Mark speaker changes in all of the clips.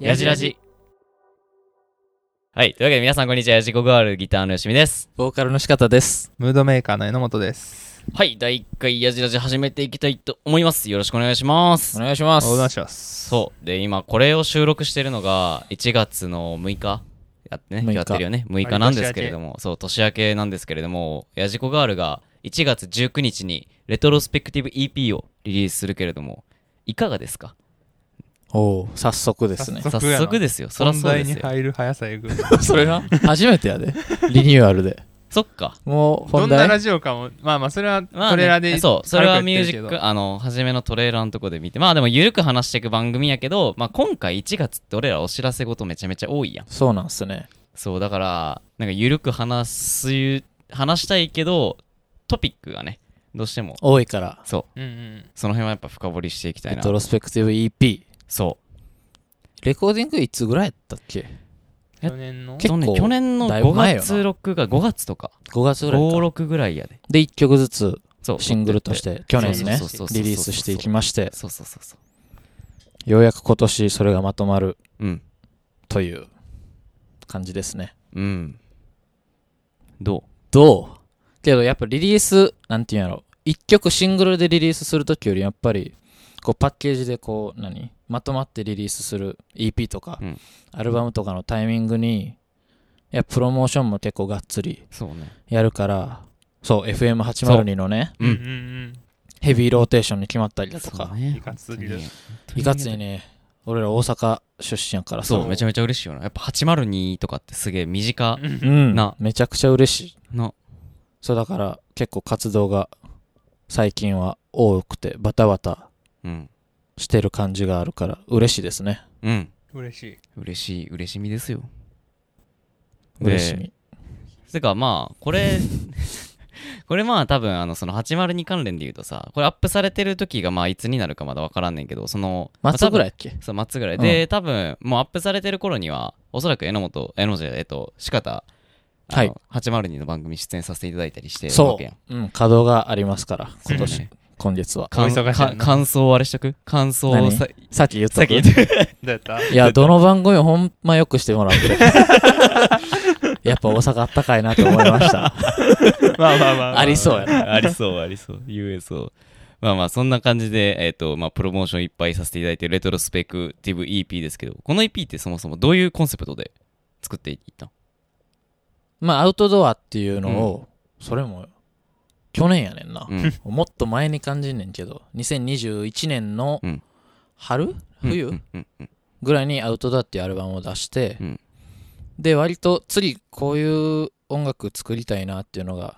Speaker 1: やじらじ。
Speaker 2: はい。というわけで皆さんこんにちは。ヤジコガールギターのよしみです。
Speaker 1: ボーカルの仕方です。
Speaker 3: ムードメーカーの榎本です。
Speaker 2: はい。第1回ヤジラジ始めていきたいと思います。よろしくお願いします
Speaker 1: お。願いしま
Speaker 3: お願い
Speaker 1: す。
Speaker 3: します。
Speaker 2: そう。で、今これを収録してるのが1月の6日やってね。
Speaker 1: 6日
Speaker 2: 今日やってるよね。6日なんですけれども。そう、年明けなんですけれども、ヤジコガールが1月19日にレトロスペクティブ EP をリリースするけれども、いかがですか
Speaker 1: おお、早速で すね。
Speaker 2: 早
Speaker 3: 速やな
Speaker 2: 速ですよ。そら
Speaker 3: 存
Speaker 2: そうで
Speaker 3: 在に
Speaker 2: すよ。
Speaker 3: 入る速さえぐ。
Speaker 1: それな。初めてやで。リニューアルで。
Speaker 2: そっか。
Speaker 1: もう、
Speaker 3: ど
Speaker 1: 本
Speaker 3: んなラ
Speaker 1: 題。
Speaker 3: ジオかも、まあまあ、それは
Speaker 2: まあね
Speaker 3: トレーラーで、
Speaker 2: そうそれはミュージッ
Speaker 3: 軽く
Speaker 2: クあの初めのトレーラーのとこで見てまあでもゆるく話していく番組やけど、まあ、今回1月って俺らお知らせ事めちゃめちゃ多いやん
Speaker 1: そうなんすね。
Speaker 2: そうだからなんかゆるく話す話したいけどトピックがねどうしても
Speaker 1: 多いから。
Speaker 2: そう
Speaker 3: 言ってるけど。
Speaker 2: その辺はやっぱ深掘りしていきたい
Speaker 1: レ
Speaker 2: な
Speaker 1: トロスペクティブ EP。
Speaker 2: そ
Speaker 1: レコーディングいつぐらいやったっけ
Speaker 3: うんうん。去年の
Speaker 2: う
Speaker 1: 結構
Speaker 2: 去年去年の
Speaker 1: だいぶ
Speaker 2: 5
Speaker 1: 前よな
Speaker 2: 月6が5月とか
Speaker 1: ?5 月ぐらいか。
Speaker 2: 56ぐらいやで
Speaker 1: で、1曲ずつ
Speaker 2: そう
Speaker 1: シングルとして、去年ね
Speaker 2: そうそうそう、そう
Speaker 1: リリースしていきまして、
Speaker 2: そうそうそうそ
Speaker 1: ようやく今年それがまとまる
Speaker 2: ううん
Speaker 1: という感じですね。
Speaker 2: うんどう
Speaker 1: どうけどやっぱリリース、なんていうんやろ。一曲シングルでリリースするときよりやっぱり、こうパッケージでこう、何まとまってリリースする EP とか、
Speaker 2: うん
Speaker 1: アルバムとかのタイミングに、いや、プロモーションも結構がっつり
Speaker 2: そうね
Speaker 1: やるから、そう、FM802 のね、
Speaker 2: うん
Speaker 3: うんうん
Speaker 1: ヘビーローテーションに決まったりだと
Speaker 2: そう
Speaker 1: か、
Speaker 2: ね
Speaker 3: いかつすぎる。
Speaker 1: いかついね、俺ら大阪出身やからさ
Speaker 2: そう、めちゃめちゃ嬉しいよな。やっぱ802とかってすげえ身近
Speaker 1: うん
Speaker 2: な、
Speaker 1: めちゃくちゃ嬉しい。
Speaker 2: な。
Speaker 1: そうだから結構活動が最近は多くてバタバタ
Speaker 2: うん。
Speaker 1: してる感じがあるから嬉しいですね。
Speaker 2: うん。
Speaker 3: 嬉しい。
Speaker 2: 嬉しい、嬉しみですよ。で
Speaker 1: 嬉しみ。
Speaker 2: てかまあ、これ、 これまあ多分あのその802関連で言うとさ、これアップされてる時がまあいつになるかまだわからんねんけど、その、
Speaker 1: 松ぐらい
Speaker 2: い
Speaker 1: やっけ
Speaker 2: そう、松ぐらい。で、多分もうアップされてる頃には、おそらく榎本、榎本じゃないえっと、四方、あの
Speaker 1: はい
Speaker 2: 802の番組出演させていただいたりしてるわ
Speaker 1: そ
Speaker 2: けやん。
Speaker 1: う。うん、稼働がありますから、今
Speaker 2: そうね
Speaker 1: 年、今月は。
Speaker 2: かん
Speaker 3: お忙しい
Speaker 2: か感想をあれしとく感想をさ
Speaker 1: さっき言っ
Speaker 2: さ
Speaker 1: た
Speaker 2: っき言って
Speaker 3: どうやっ た
Speaker 1: いや、どの番組もほんまよくしてもらって。 やっぱ大阪あったかいなと思い ました。
Speaker 3: まあまあまあ。
Speaker 1: ありそうやな。
Speaker 2: ありそう、ありそう。USO。まあまあ、そんな感じで、えっ、と、まあ、プロモーションいっぱいさせていただいてるレトロスペクティブ EP ですけど、この EP ってそもそもどういうコンセプトで作っていったの
Speaker 1: まあ、アウトドアっていうのを、それも、去年やねんな。
Speaker 2: うん。
Speaker 1: もっと前に感じんねんけど、2021年の
Speaker 2: うん
Speaker 1: 春冬、
Speaker 2: うんうんうん。
Speaker 1: ぐらいに「アウトドア」っていうアルバムを出して、
Speaker 2: うん
Speaker 1: で割と次こういう音楽作りたいなっていうのが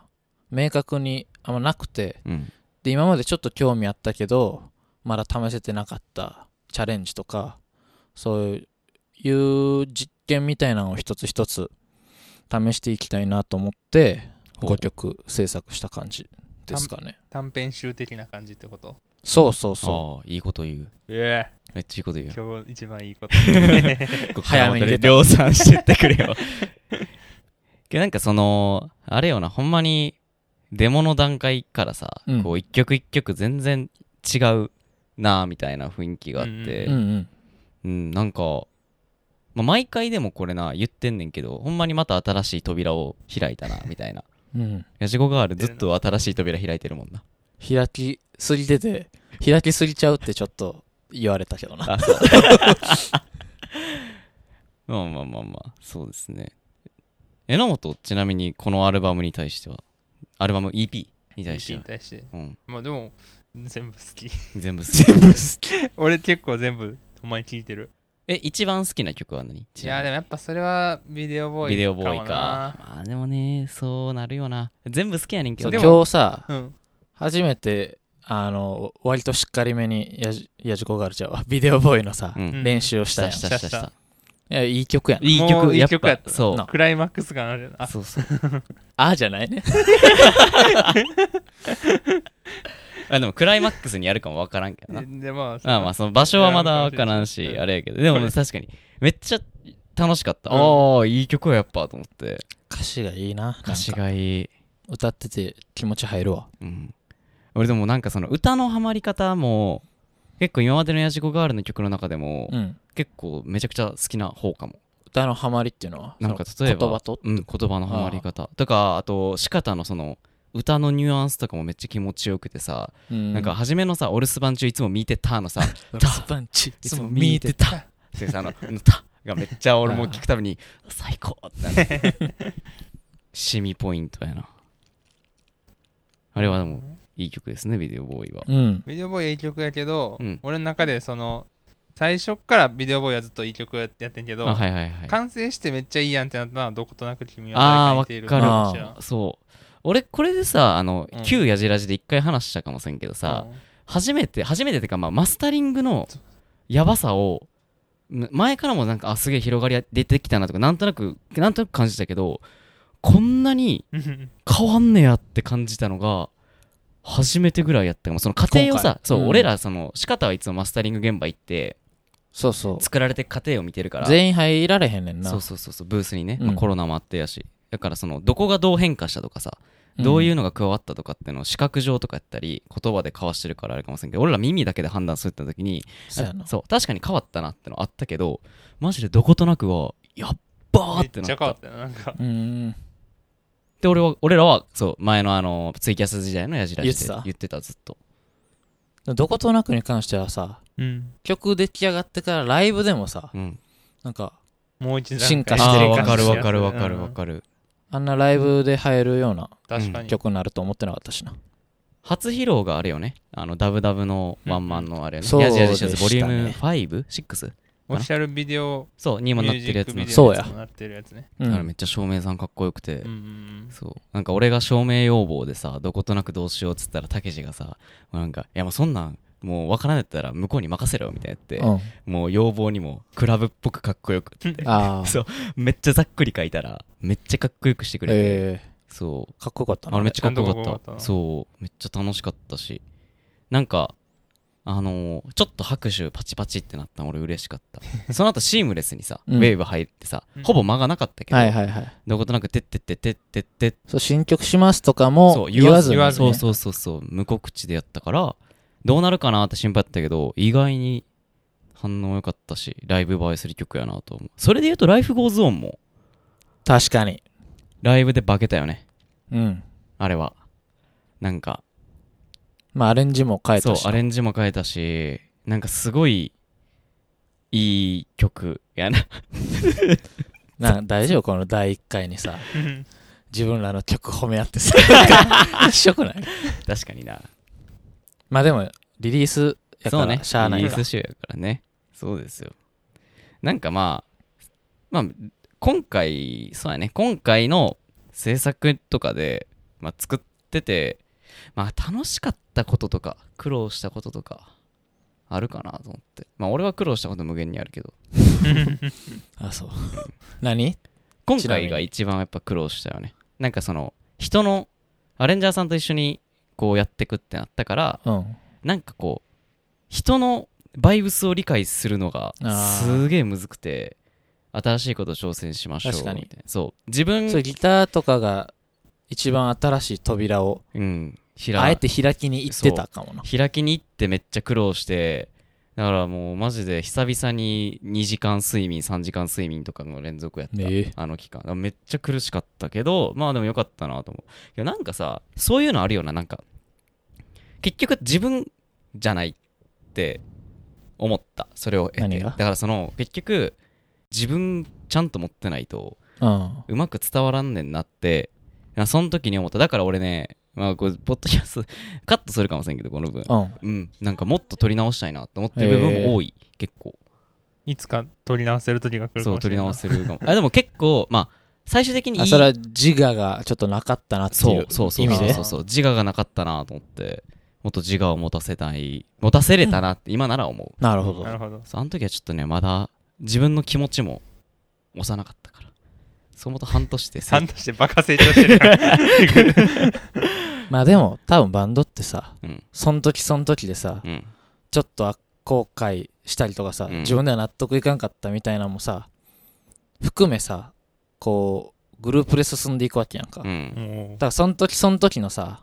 Speaker 1: 明確にあんまなくて
Speaker 2: うん。
Speaker 1: で今までちょっと興味あったけどまだ試せてなかったチャレンジとかそういう実験みたいなのを一つ一つ試していきたいなと思って
Speaker 2: ほう
Speaker 1: 5曲制作した感じですかね
Speaker 3: 短編集的な感じってこと
Speaker 1: そうそうそ
Speaker 2: ああ、いいこと言う。
Speaker 3: え
Speaker 2: めっちゃいいこと言
Speaker 3: え
Speaker 2: う。
Speaker 3: 今日一番いいこと。う
Speaker 1: 早めに出た
Speaker 2: 量産してってく れよ。けどなんかその、あれよな、ほんまに、デモの段階からさ、
Speaker 1: うん
Speaker 2: こう、一曲一曲全然違うなみたいな雰囲気があって、
Speaker 3: うんうん
Speaker 1: ううんうん
Speaker 2: うん、なんか、まあ、毎回でもこれな、言ってんねんけど、ほんまにまた新しい扉を開いたな、みたい な。
Speaker 1: うん
Speaker 2: ヤジゴガールずっと新しい扉開いてるもんな。
Speaker 1: 開きすぎてて開きすぎちゃうってちょっと言われたけどな
Speaker 2: あ、そう。まあまあまあまあ、そうですね。榎本、ちなみにこのアルバムに対しては、アルバム EP に対して
Speaker 3: に
Speaker 2: は、
Speaker 3: 対して。
Speaker 2: うん、
Speaker 3: まあでも、全部好き。
Speaker 2: 全部好き。全部好き。
Speaker 3: 俺結構全部、お前聞いてる。
Speaker 2: え、一番好きな曲は何い
Speaker 3: いや、でもやっぱそれはビデオボーイ
Speaker 2: ビデオボーイ
Speaker 3: も
Speaker 2: か
Speaker 3: な。。
Speaker 2: まあでもね、そうなるよな。全部好きやねんけ
Speaker 1: そ
Speaker 2: ど
Speaker 1: う
Speaker 2: ね。
Speaker 1: 今日さ
Speaker 3: うん。
Speaker 1: 初めてあの割としっかりめにやじやじこがるちゃうわビ デオボーイのさ、
Speaker 2: うん。
Speaker 1: 練習をし
Speaker 2: した
Speaker 1: や
Speaker 2: た
Speaker 1: ん
Speaker 2: したしたし
Speaker 3: した
Speaker 2: た。
Speaker 1: いやいい曲やない
Speaker 2: い
Speaker 3: も
Speaker 2: 曲、
Speaker 3: ういい曲
Speaker 2: やっ
Speaker 3: やった
Speaker 2: ぱ、
Speaker 3: な
Speaker 2: そう。
Speaker 1: な
Speaker 3: クライマックス感あるよな。あ、
Speaker 2: そうそう。
Speaker 1: あーじゃないね
Speaker 2: あでも、クライマックスにやるかもわからんけどな。
Speaker 3: で、まあ、
Speaker 2: まあまあ、その場所はまだわからん
Speaker 3: い
Speaker 2: し、
Speaker 3: や
Speaker 2: あれやけど、でも
Speaker 3: これ
Speaker 2: 確かに、めっちゃ楽しかった。
Speaker 3: うん
Speaker 2: ああ、いい曲ややっぱ、と思って。
Speaker 1: 歌詞がいいななんか
Speaker 2: 歌詞がいい。
Speaker 1: 歌ってて気持ち入るわ
Speaker 2: うん。俺でもなんかその歌のハマり方も、結構今までのヤジコガールの曲の中でも
Speaker 1: う、ん
Speaker 2: 結構めちゃくちゃ好きな方かも
Speaker 1: 歌のハマりっていうのは
Speaker 2: なんか
Speaker 1: その
Speaker 2: 例えば
Speaker 1: 言葉と
Speaker 2: うん、言葉のハマり方とかあと仕方のその歌のニュアンスとかもめっちゃ気持ちよくてさ、
Speaker 1: な
Speaker 2: なんか初めのさ「お留守番中いつも見てた」のさ
Speaker 1: 「ダスパンチ
Speaker 2: いつも見てた。でさ、あの、たがめっちゃ俺も聞くたびに、最高ってなるシミポイントやな。あれはでも、いい曲ですね、ビデオボーイは。
Speaker 1: うん
Speaker 3: ビデオボーイはいい曲やけど、
Speaker 2: うん
Speaker 3: 俺の中でその最初っからビデオボーイはずっといい曲やってんけど、
Speaker 2: あ、はいはいはい。
Speaker 3: 完成してめっちゃいいやんってなったのはどことなく君
Speaker 2: あー
Speaker 3: は誰に似ている
Speaker 1: わかる
Speaker 3: かもし
Speaker 2: そう。俺、これでさ、あの
Speaker 3: うん、
Speaker 2: 旧やじらじで一回話したかもしれんけど
Speaker 3: れん
Speaker 2: さ、初めて、初めてってか、まあ、マスタリングのやばさを、ん前からもなんか、あ、すげえ広がり出てきたなとか、なんとなく、なんとなく感じたけど、こんなに
Speaker 3: うん
Speaker 2: 変わんねやって感じたのが初めてぐらいやったかもその過程を
Speaker 1: 今
Speaker 2: さ
Speaker 1: 回
Speaker 2: そう、
Speaker 1: うん
Speaker 2: 俺らその仕方はいつもマスタリング現場行って
Speaker 1: そうそう
Speaker 2: 作られてる過程を見てるから
Speaker 1: 全員入られへんねんな
Speaker 2: そうそうそうそうブースにね、
Speaker 1: うん
Speaker 2: まあコロナもあってやしだからそのどこがどう変化したとかさ、どういうのが加わったとかっていうのを視覚上とかやったり言葉で交わしてるからあれかもしれんけど俺ら耳だけで判断するって時に
Speaker 1: そうやな
Speaker 2: そう確かに変わったなってのあったけどマジでどことなくはやっばーって
Speaker 3: め
Speaker 2: な
Speaker 3: っち
Speaker 2: っ
Speaker 3: ゃ変わ
Speaker 2: た
Speaker 3: ったよなんか
Speaker 1: うん
Speaker 2: で俺は俺らはそう前のあのツイキャス時代のやじらじ
Speaker 1: 言って
Speaker 2: で
Speaker 1: た
Speaker 2: 言ってたずっと
Speaker 1: どことなくに関してはさ
Speaker 3: うん
Speaker 1: 曲出来上がってからライブでもさ
Speaker 2: うん
Speaker 1: なんか
Speaker 3: もう一段階
Speaker 1: 進化
Speaker 2: あ
Speaker 1: して
Speaker 2: あ
Speaker 1: る
Speaker 2: ーわ
Speaker 1: 感じ
Speaker 2: かる
Speaker 1: し
Speaker 2: わかるわかるわかる、
Speaker 1: あんなライブで入るよう
Speaker 3: う
Speaker 1: な
Speaker 3: ん確かに
Speaker 1: 曲になると思ってなかったしな
Speaker 2: 初披露があれよねあのダブダブのワンマンのあれね、
Speaker 1: うん
Speaker 2: ヤジヤジシャツ
Speaker 1: そう
Speaker 2: ボ
Speaker 1: でし
Speaker 2: リュ
Speaker 1: たね
Speaker 2: ーム 5?6?
Speaker 3: オフィシャルビデオ
Speaker 2: そうに
Speaker 3: ミ
Speaker 2: も
Speaker 3: ュ
Speaker 2: なっ
Speaker 3: ージ
Speaker 2: てる
Speaker 3: ッ
Speaker 2: や
Speaker 3: ク
Speaker 2: つ
Speaker 3: ビ
Speaker 2: な
Speaker 3: デオ
Speaker 1: そうや
Speaker 3: になってるやつね
Speaker 1: う
Speaker 2: あれ
Speaker 1: ん
Speaker 2: めっちゃ照明さんかっこよくて、
Speaker 3: うんうん
Speaker 2: そうなんか俺が照明要望でさどことなくどうしようっつったらたけしがさもうなんかいやもうそんなんもうわからないったら向こうに任せろみたいなやって、
Speaker 1: うん
Speaker 2: もう要望にもクラブっぽくかっこよく って
Speaker 1: ああ
Speaker 2: そうめっちゃざっくり書いたらめっちゃかっこよくしてくれて、
Speaker 1: ええ
Speaker 2: そう
Speaker 1: かっこよかったな
Speaker 2: あれめっちゃかっこ
Speaker 3: ちゃんとかっこよ
Speaker 2: よ
Speaker 3: か
Speaker 2: か
Speaker 3: っ
Speaker 2: ったた。そう、めっちゃ楽しかったし、なんか、あのーちょっと拍手パチパチってなったの俺嬉しか った。その後シームレスにさ、
Speaker 1: う
Speaker 2: ウ
Speaker 1: ん
Speaker 2: ェーブ入ってさ
Speaker 3: うん、
Speaker 2: ほぼ間がなかったけど、
Speaker 1: はいはいはい
Speaker 2: どことなくてってってってってってって、
Speaker 1: そう新曲しますとか
Speaker 2: そ
Speaker 1: も
Speaker 2: う、
Speaker 1: 言わずに
Speaker 3: 言わず
Speaker 2: そ
Speaker 3: に
Speaker 2: うそうそうそう、無告知でやったから、どうなるかなって心配だったけど、意外に反応良かったし、ライブ映えする曲やなと思う。それで言うと、ライフゴーズオンも、
Speaker 1: 確かに
Speaker 2: ライブで化けたよね、
Speaker 1: うん
Speaker 2: あれは。なんか、
Speaker 1: まあアレンジも変え
Speaker 2: そ
Speaker 1: た
Speaker 2: う
Speaker 1: し
Speaker 2: アレンジも変えたしなんかすごいいい曲やな
Speaker 1: な大丈夫この第1回にさ
Speaker 3: うん
Speaker 1: 自分らの曲褒め合ってさ 一緒くない
Speaker 2: 確かにな
Speaker 1: まあでもリリースや
Speaker 2: そ
Speaker 1: か
Speaker 2: うね
Speaker 1: らしゃあな
Speaker 2: リ
Speaker 1: い
Speaker 2: リー
Speaker 1: か
Speaker 2: ス集やからねそうですよなんかまあまあ今回そうやね今回の制作とかで、まあ、作っててまあ楽しかったこととか苦労したこととかあるかなと思ってまあ俺は苦労したこと無限にあるけど
Speaker 1: あそう何
Speaker 2: 今
Speaker 1: ちなみ
Speaker 2: 回
Speaker 1: に
Speaker 2: が一番やっぱ苦労したよねなんかその人のアレンジャーさんと一緒にこうやってくってなったから
Speaker 1: うん
Speaker 2: なんかこう人のバイブスを理解するのが
Speaker 1: あー
Speaker 2: すげえむずくて新しいこと挑戦しましょうみ
Speaker 1: 確
Speaker 2: た
Speaker 1: か
Speaker 2: い
Speaker 1: に
Speaker 2: なそう自分
Speaker 1: そうギターとかが一番新しい扉を
Speaker 2: うん開
Speaker 1: あえて開きに行ってたかもな
Speaker 2: 開きに行ってめっちゃ苦労してだからもうマジで久々に2時間睡眠3時間睡眠とかの連続やった、
Speaker 1: ねえ
Speaker 2: あの期間だからめっちゃ苦しかったけどまあでもよかったなと思ういやなんかさそういうのあるよななんか結局自分じゃないって思ったそれを得
Speaker 1: 何
Speaker 2: て
Speaker 1: が
Speaker 2: だからその結局自分ちゃんと持ってないと
Speaker 1: うん
Speaker 2: うまく伝わらんねんなってなその時に思っただから俺ねまあこれポッドキャストカットするかもしれんけどこの分
Speaker 1: うん
Speaker 2: うん、なんかもっと撮り直したいなと思ってる部分も多い、結構。
Speaker 3: いつか撮り直せる時が来るか
Speaker 2: そう、
Speaker 3: もし
Speaker 2: 撮り
Speaker 3: れない
Speaker 2: 直せるかも。あでも結構、まあ、最終的にいい
Speaker 1: あそれは自我がちょっとなかったなってい
Speaker 2: そううそうそう
Speaker 1: 意味
Speaker 2: そう
Speaker 1: で
Speaker 2: そうそう、自我がなかったなと思って、もっと自我を持たせたい、持たせれたなって今なら思う。
Speaker 1: なるほど
Speaker 3: なるほど
Speaker 2: そうあの時はちょっとね、まだ自分の気持ちも幼かったから。そう思うと半年で
Speaker 3: 3としてバカ成長してるから
Speaker 1: まあでも多分バンドってさ
Speaker 2: うん、
Speaker 1: その時その時でさ
Speaker 2: うん、
Speaker 1: ちょっと後悔したりとかさ、
Speaker 2: うん
Speaker 1: 自分では納得いかんかったみたいなのもさ含めさこうグループで進んでいくわけやんか、
Speaker 2: う
Speaker 1: だ
Speaker 2: ん。
Speaker 3: も
Speaker 1: からその時その時のさ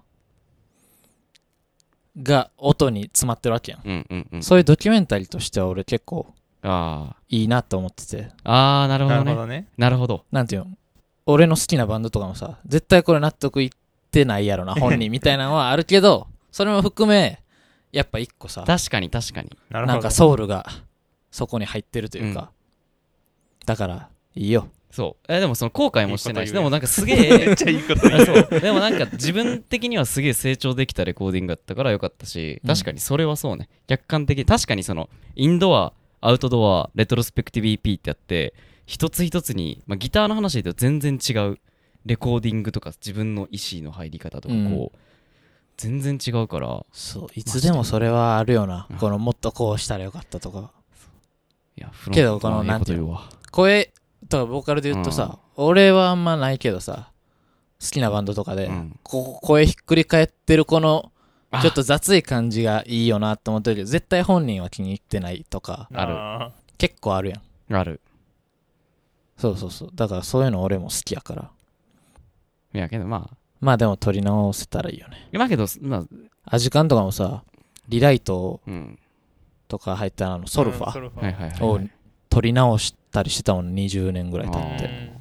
Speaker 1: が音に詰まってるわけやん、
Speaker 2: うんうんうん。
Speaker 1: そういうドキュメンタリーとしては俺結構
Speaker 2: あ
Speaker 1: いいなと思ってて。
Speaker 2: あ。ああ、なるほ
Speaker 3: な
Speaker 2: ど
Speaker 3: る
Speaker 2: ね
Speaker 3: ほ。どね。
Speaker 2: なるほど。
Speaker 1: なんていうの俺の好きなバンドとかもさ、絶対これ納得いってないやろ な、本人みたいなのはあるけど、それも含め、やっぱ一個さ、
Speaker 2: 確かに確かに。
Speaker 3: なる
Speaker 1: な
Speaker 3: ほ
Speaker 1: ん
Speaker 3: ど
Speaker 1: か。ソウルがそこに入ってるというか。だから、いいよ。
Speaker 2: そう。えでもその後悔もしてないし、
Speaker 3: いいこ
Speaker 2: でも
Speaker 3: と言うね
Speaker 2: なんかすげ
Speaker 3: め
Speaker 2: え
Speaker 3: っ、ちゃいいこと言 う。
Speaker 2: そう。でもなんか自分的にはすげえ成長できたレコーディングだったからよかったし、
Speaker 1: うん
Speaker 2: 確かにそれはそうね。客観的に、確かにその、インドア、アウトドア、レトロスペクティブ EP ってあって、一つ一つに、まあ、ギターの話で言うと全然違う。レコーディングとか自分の意思の入り方とかこう、
Speaker 1: うん
Speaker 2: 全然違うから
Speaker 1: そう、いつでもそれはあるよな
Speaker 2: うん。
Speaker 1: この、もっとこうしたらよかったとか。
Speaker 2: いやフロン
Speaker 1: けどこの
Speaker 2: まあいい
Speaker 1: なん
Speaker 2: こ
Speaker 1: て
Speaker 2: と
Speaker 1: いう
Speaker 2: 言うわ
Speaker 1: 声とかボーカルで言うとさ、俺はあんまないけどさ、好きなバンドとかで、
Speaker 2: うん
Speaker 1: こう声ひっくり返ってるこの、
Speaker 2: あ
Speaker 1: ちょっと雑い感じがいいよなと思ってるけど、絶対本人は気に入ってないとか、
Speaker 2: ある
Speaker 3: あ
Speaker 1: 結構あるやん。
Speaker 2: ある
Speaker 1: そうそうそう。だからそういうの俺も好きやから。
Speaker 2: いやけどまあ
Speaker 1: まあでも撮り直せたらいいよね。
Speaker 2: いやまあけどまあ
Speaker 1: アジカンとかもさ、リライト
Speaker 2: うん
Speaker 1: とか入ったあの
Speaker 3: ー
Speaker 1: ソルフ
Speaker 3: うんソ
Speaker 1: ァ
Speaker 3: ルファ
Speaker 2: はいはいはい、
Speaker 1: を
Speaker 2: はい、
Speaker 1: 撮り直したりしてたもん、20年ぐらい経
Speaker 2: あ
Speaker 1: っ
Speaker 2: ー
Speaker 1: て。
Speaker 3: うん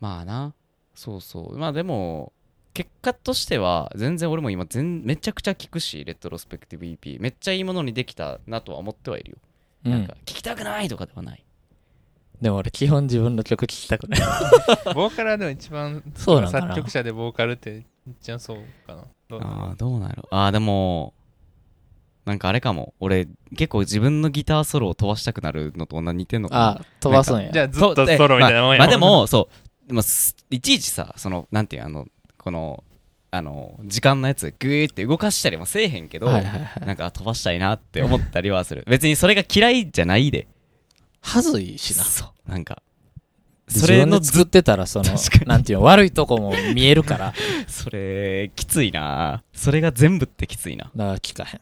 Speaker 2: まあなそうそうまあでも結果としては全然俺も今全めちゃくちゃ聞くしレトロスペクティブ EP めっちゃいいものにできたなとは思ってはいるよ、
Speaker 1: う
Speaker 2: なん
Speaker 1: ん
Speaker 2: か。聞きたくないとかではない
Speaker 1: でも俺基本自分の曲聴きたくない。
Speaker 3: ボーカルはでも一番、
Speaker 1: そうなんかな
Speaker 3: 作曲者でボーカルって、一番そうかな。どう
Speaker 2: ああどうなるああでもなんかあれかも俺結構自分のギターソロを飛ばしたくなるのと同じ似てんのかな
Speaker 1: あ、飛ばすんや
Speaker 3: じ。ゃあずっと
Speaker 2: そう
Speaker 3: ソロみたいなもん
Speaker 2: ま
Speaker 3: や。
Speaker 2: あ、まあで、もそう、まあ、すいちいちさそのなんていうあのこのあの時間のやつグーって動かしたりもせえへんけど、
Speaker 1: はいはいは い。
Speaker 2: なんか飛ばしたいなって思ったりはする別にそれが嫌いじゃないで
Speaker 1: はずいしな。
Speaker 2: そうなんかそ
Speaker 1: そ
Speaker 2: れ
Speaker 1: れ
Speaker 2: の
Speaker 1: の
Speaker 2: ず
Speaker 1: 作ってたら、その
Speaker 2: 確か、に
Speaker 1: なんていうの、悪いとこも見えるから、
Speaker 2: それきついなそれが全部ってきついな
Speaker 1: だから聞かへ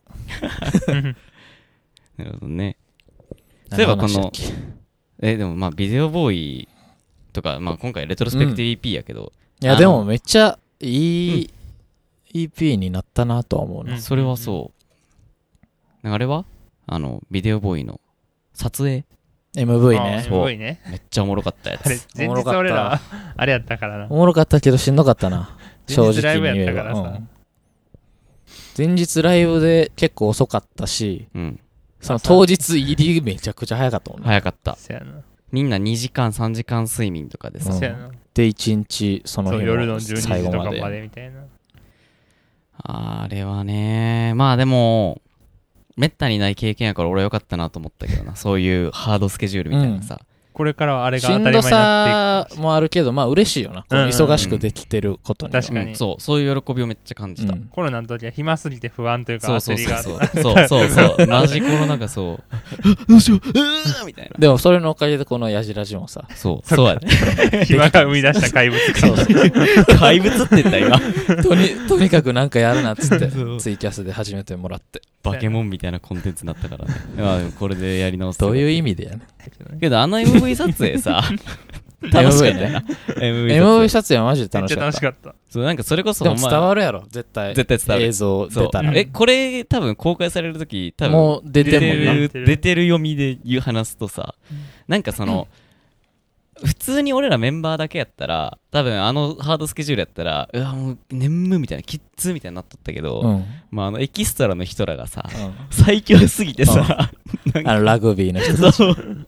Speaker 1: ん。
Speaker 2: なるほどねそういえばこの
Speaker 1: 何話だっけ
Speaker 2: えでもまあビデオボーイとか、まあ、今回レトロスペクティブ EP やけど、
Speaker 1: いや、でもめっちゃいい EP になったなとは思
Speaker 3: う
Speaker 1: うな。
Speaker 3: ん
Speaker 2: それはそうなんかあれはあのビデオボーイの撮影
Speaker 1: MV
Speaker 3: あー
Speaker 1: ね。
Speaker 2: そう
Speaker 3: MV ね。
Speaker 2: めっちゃおもろかったや
Speaker 3: あれ
Speaker 2: つ、
Speaker 3: 前
Speaker 1: おもろ
Speaker 3: 日
Speaker 1: かった
Speaker 3: 俺ら、あれやったからな。
Speaker 1: おもろかったけどしんどかったな。正
Speaker 3: 前日ライ
Speaker 1: 直に
Speaker 3: ブや
Speaker 1: 言
Speaker 3: っ
Speaker 1: え
Speaker 3: たから
Speaker 1: ば。
Speaker 3: さ
Speaker 1: うん前日ライブで結構遅かったし、
Speaker 2: うん、
Speaker 1: その当日入りめちゃくちゃ早かったもんね。
Speaker 2: 早かった
Speaker 3: そやな。
Speaker 2: みんな2時間3時間睡眠とかでさ、
Speaker 1: うん
Speaker 3: そやな。
Speaker 1: で、1日その
Speaker 3: そう
Speaker 1: 日
Speaker 3: 夜の
Speaker 1: の
Speaker 3: 12時
Speaker 1: 最
Speaker 3: と
Speaker 1: 後
Speaker 3: か
Speaker 1: ま
Speaker 3: ま
Speaker 1: で。
Speaker 3: でみたいな。
Speaker 2: あれはねまあでもめったにない経験やから俺は良かったなと思ったけどなそういうハードスケジュールみたいなさ、
Speaker 3: これからはあれが
Speaker 1: し
Speaker 3: 当
Speaker 1: ん
Speaker 3: たり前
Speaker 1: ど
Speaker 3: にな
Speaker 1: さ
Speaker 3: っていく。
Speaker 1: もあるけど、まあ嬉しいよな。この忙しくできてることには。
Speaker 3: うん確かに
Speaker 2: うんそうそういう喜びをめっちゃ感じた、
Speaker 1: うん
Speaker 3: コロナの時は暇すぎて不安というか
Speaker 2: そう
Speaker 3: 焦
Speaker 2: そう
Speaker 3: り
Speaker 2: そう
Speaker 3: があって
Speaker 2: そうそうそうそうラジコロなんかそうどうしよううーみたいな
Speaker 1: でもそれのおかげでこのヤジラジもさ、
Speaker 2: そうそうやね
Speaker 3: 暇が生み出した怪物か
Speaker 1: そうそう
Speaker 2: 怪物って言った今
Speaker 1: とにとにかくなんかやるなっつって
Speaker 2: そう
Speaker 1: ツイキャスで始めてもらって
Speaker 2: バケモンみたいなコンテンツになったからねまあでもこれでやり直す
Speaker 1: どういうう意味でやねん
Speaker 2: けどあの MV 撮影さ楽しかったよな MV 撮影
Speaker 1: MV 撮影はマジで
Speaker 3: めっ
Speaker 1: 楽
Speaker 3: ち
Speaker 1: し
Speaker 3: ゃ
Speaker 1: かっ
Speaker 3: 楽したかった。
Speaker 2: そうなんかそれこそ
Speaker 1: でも
Speaker 2: ほん
Speaker 1: 伝
Speaker 2: ま
Speaker 1: わるやろ絶対
Speaker 2: 絶対伝わる
Speaker 1: 映像
Speaker 2: そう
Speaker 1: 出たら
Speaker 3: うん
Speaker 2: えこれ多分公開される時多分
Speaker 1: もう出て
Speaker 2: 出
Speaker 1: ん
Speaker 2: て
Speaker 1: もんな
Speaker 2: る
Speaker 3: 出てる
Speaker 2: 出てる読みで言う話すとさなんかその普通に俺らメンバーだけやったら多分あのハードスケジュールやったらうわもう眠みたいなキッズみたいになっとったけど、
Speaker 1: うん、うん
Speaker 2: まあ、あのエキストラの人らがさ最強すぎてさ、
Speaker 1: あのラグビーの人
Speaker 2: そう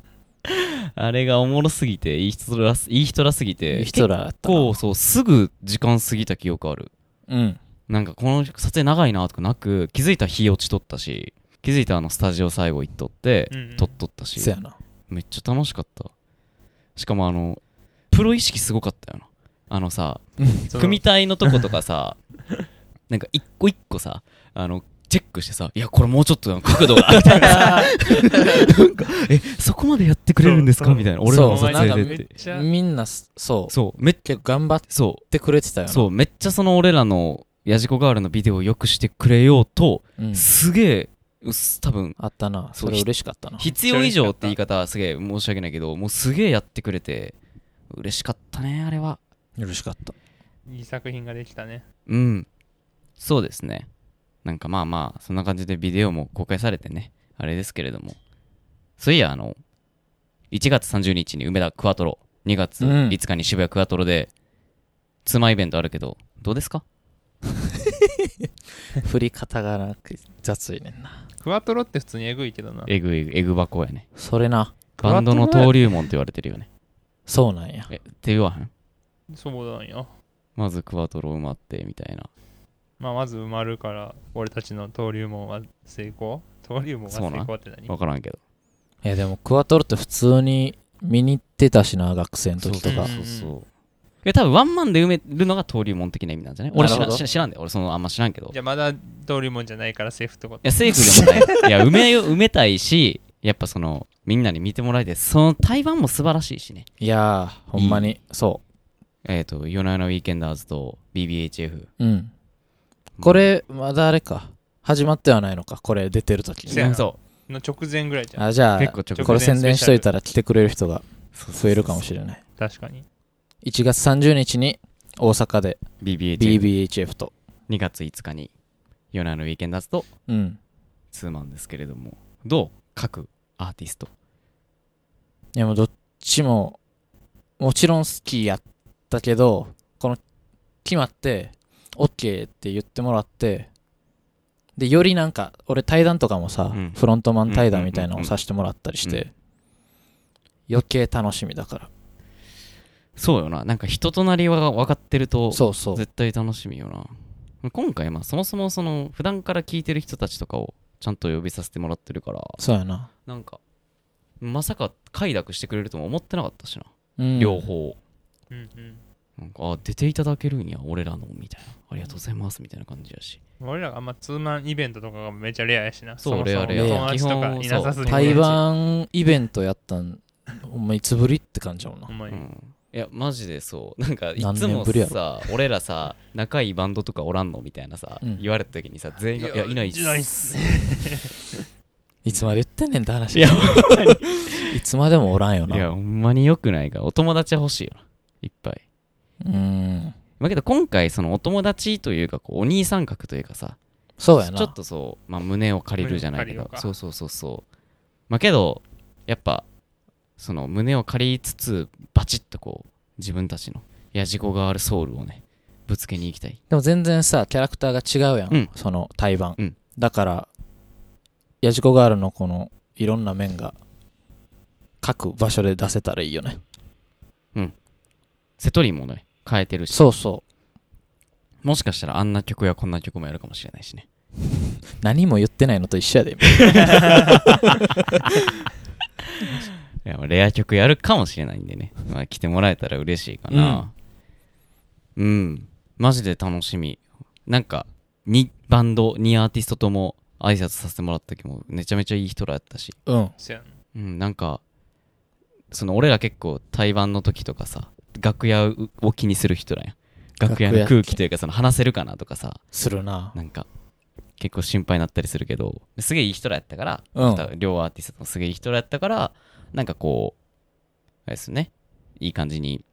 Speaker 2: あれがおもろすぎていい人らすいい人らすぎて
Speaker 1: 人らだったな
Speaker 2: こうそうすぐ時間過ぎた記憶ある
Speaker 1: うん
Speaker 2: なんかこの撮影長いなとかなく気づいたら日落ちとったし気づいたらあのスタジオ最後行っとって、
Speaker 3: うんうん
Speaker 2: 撮っとったし
Speaker 1: せやな
Speaker 2: めっちゃ楽しかったしかもあのプロ意識すごかったよなあのさ
Speaker 3: その
Speaker 2: 組体のとことか さなんか一個一個さあのチェックしてさ「いやこれもうちょっと角 度が」みたいなさなんか「えそこまでやってくれるんですか?」
Speaker 3: そう
Speaker 2: みたいな俺らの撮
Speaker 1: そうなん
Speaker 2: 影
Speaker 1: か
Speaker 2: で
Speaker 3: め
Speaker 2: っ
Speaker 3: ってちゃ
Speaker 1: みんなすそう
Speaker 2: そうめっ
Speaker 1: 結構頑張っ
Speaker 2: そう
Speaker 1: てくれてたよな
Speaker 2: そう、めっちゃその俺らのやじこガールのビデオをよくしてくれようと、
Speaker 1: うん、
Speaker 2: すげえ、うっす多分、
Speaker 1: あったな
Speaker 2: そう
Speaker 1: それ嬉しかったな
Speaker 2: 必要以上って言い方はすげえ申し訳ないけど、もうすげえやってくれて、嬉しかったね、あれは。
Speaker 1: 嬉しかった
Speaker 3: いい作品ができたね。
Speaker 2: うん。そうですね。なんかまあまあ、そんな感じでビデオも公開されてね、あれですけれども。そういや、あの、1月30日に梅田クワトロ、2月
Speaker 1: うん
Speaker 2: 5日に渋谷クワトロで、妻イベントあるけど、どうですか
Speaker 1: 振り方がなく雑いねんな。
Speaker 3: クワトロって普通にエグいけどな。
Speaker 2: えぐえぐ、えぐ箱やね。
Speaker 1: それな。
Speaker 2: バンドの
Speaker 3: クワトロ
Speaker 2: 登竜門って言われてるよね。
Speaker 1: そうなんや。
Speaker 2: え、って言わへん
Speaker 3: そうなんよ。
Speaker 2: まずクワトロ埋まって、みたいな。
Speaker 3: まあ、まず埋まるから、俺たちの登竜門は成功登竜門は成功って何
Speaker 2: わからんけど。
Speaker 1: いやでもクワトロって普通に見に行ってたしな、学生の時と
Speaker 3: そう
Speaker 1: か。
Speaker 3: そう
Speaker 2: う。え、多分ワンマンで埋めるのが登竜門的な意味なんじゃない俺知
Speaker 1: な
Speaker 2: ら
Speaker 1: る
Speaker 2: ん
Speaker 1: ほど
Speaker 2: 知らん知らんで、俺そのあんま知らんけど。
Speaker 3: じゃあまだ登竜門じゃないからセーフってこ
Speaker 2: い
Speaker 3: と
Speaker 2: や、セーフでもない。いや、埋めよ、埋めたいし、やっぱその、みんなに見てもらいたい。その台湾も素晴らしいしね。
Speaker 1: いやー、ほんまに、そ
Speaker 2: えっ、と、夜な夜なウィーケンダーズと BBHF。
Speaker 1: う。うん。これ、まだあれか。始まってはないのか、これ出てる時
Speaker 3: せ
Speaker 1: に
Speaker 3: や。な
Speaker 2: そ
Speaker 3: の直前ぐらいじゃん。
Speaker 1: あじゃあ、
Speaker 2: 結構直前
Speaker 1: これ宣伝しといたら来てくれる人が
Speaker 2: う。
Speaker 1: 増えるかもしれない。
Speaker 3: 確かに。
Speaker 1: 1月30日に大阪で
Speaker 2: れない。BBHF。
Speaker 1: BBHF と。
Speaker 2: 2月5日に夜な夜なウィーケンダーズと
Speaker 1: うん。
Speaker 2: ツーマンですけれども、どう各アーティスト。
Speaker 1: いやもうどっちも、もちろん好きやったけど、この、決まって、OK って言ってもらって、で、よりなんか、俺対談とかもさ、
Speaker 2: うん
Speaker 1: フロントマン対談みたいなの
Speaker 2: うんうんうんう
Speaker 1: を
Speaker 2: ん
Speaker 1: させてもらったりし
Speaker 2: う
Speaker 1: て、余計楽しみだから。
Speaker 2: そうよな。なんか人となりは分かってると、
Speaker 1: そうそう。
Speaker 2: 絶対楽しみよな。今回、まあ、そもそもその、普段から聞いてる人たちとかをちゃんと呼びさせてもらってるから、
Speaker 1: そうやな。
Speaker 2: なんか、まさか快諾してくれるとも思ってなかったしな、
Speaker 1: うん
Speaker 2: 両。方。
Speaker 3: うんうん。
Speaker 2: なんか、あ、出ていただけるんや、俺らの、みたいな。ありがとうございます、みたいな感じやし。
Speaker 3: 俺らあんまツーマンイベントとかがめちゃレアやしな。
Speaker 2: そう
Speaker 3: もも
Speaker 2: レア
Speaker 1: レア
Speaker 3: 友達とかいなさすぎ
Speaker 1: 台湾イベントやったん、お前いつぶりって感じやもんな
Speaker 3: ほ。んま
Speaker 2: う
Speaker 3: に
Speaker 2: ん。いや、マジでそう。なんか、い
Speaker 1: 何
Speaker 2: つ
Speaker 1: 年
Speaker 2: も
Speaker 1: ぶりやろ
Speaker 2: さ、俺らさ、仲いいバンドとかおらんのみたいなさ、
Speaker 1: うん
Speaker 2: 言われた時にさ、全員が、い
Speaker 3: い
Speaker 2: や、
Speaker 3: や
Speaker 2: いないっす。
Speaker 3: いないっす
Speaker 1: いつまで言ってんねんって話。
Speaker 2: いや、
Speaker 1: いつまでもおらんよ
Speaker 2: いや、
Speaker 1: な。
Speaker 2: ほんまに良くないから、お友達欲しいよな。いっぱい。
Speaker 1: うん。
Speaker 2: まあけど今回、そのお友達というか、こうお兄さん格というかさ、
Speaker 1: そうやな。
Speaker 2: ちょっとそう、まあ、胸を借りるじゃないけ
Speaker 3: 胸を
Speaker 2: ど
Speaker 3: 借りよう
Speaker 2: そう
Speaker 3: か
Speaker 2: そうそうそうまあけどやっぱその胸を借りつつバチッとこう自分たちのやじこがあるソウルをねぶつけに行きたい
Speaker 1: でも全然さ、キャラクターが違うやん。
Speaker 2: うん
Speaker 1: その対バン。
Speaker 2: うん
Speaker 1: だから、ヤジコガールのこの、いろんな面が、各場所で出せたらいいよね。
Speaker 2: セトリもね変えてるし
Speaker 1: そうそう。
Speaker 2: もしかしたらあんな曲やこんな曲もやるかもしれないしね
Speaker 1: 何も言ってないのと一緒やで、
Speaker 2: いやまあレア曲やるかもしれないんでね、まあ、来てもらえたら嬉しいかなうん、マジで楽しみなんか2バンド2アーティストとも挨拶させてもらった時もめちゃめちゃいい人らやったし
Speaker 1: 今。うん。
Speaker 3: そうやん
Speaker 2: うん、なんか、その俺ら結構対バンの時とかさ、楽屋を気にする人らやん。楽屋の
Speaker 1: 楽屋
Speaker 2: 空気というか、その話せるかなとかさ、
Speaker 1: するな。
Speaker 2: なんか、結構心配になったりするけど、すげえいい人らやったから、
Speaker 1: うん
Speaker 2: また両アーティストもすげえいい人らやったから、なんかこう、あれですね、いい感じに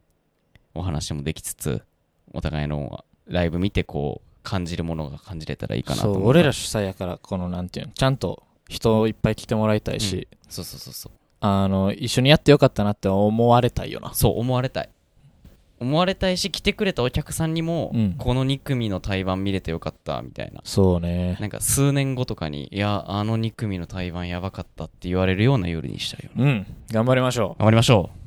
Speaker 2: お話もできつつ、お互いのライブ見てこう、感じるものが感じれたらいいかなと
Speaker 1: そ
Speaker 2: 思う
Speaker 1: う、俺ら主催やから、この、なんていうの、ちゃんと人をいっぱい来てもらいたいし、
Speaker 2: そうそうそうそう。
Speaker 1: あの、一緒にやってよかったなって思われたいよな。
Speaker 2: そう思われたい思われたいし来てくれたお客さんにも、
Speaker 1: うん
Speaker 2: この2組の対バン見れてよかったみたいな
Speaker 1: そうね。
Speaker 2: なんか数年後とかにいやあの2組の対バンやばかったって言われるような夜にしたいよな
Speaker 1: うん。頑張りましょう。
Speaker 2: 頑張りましょう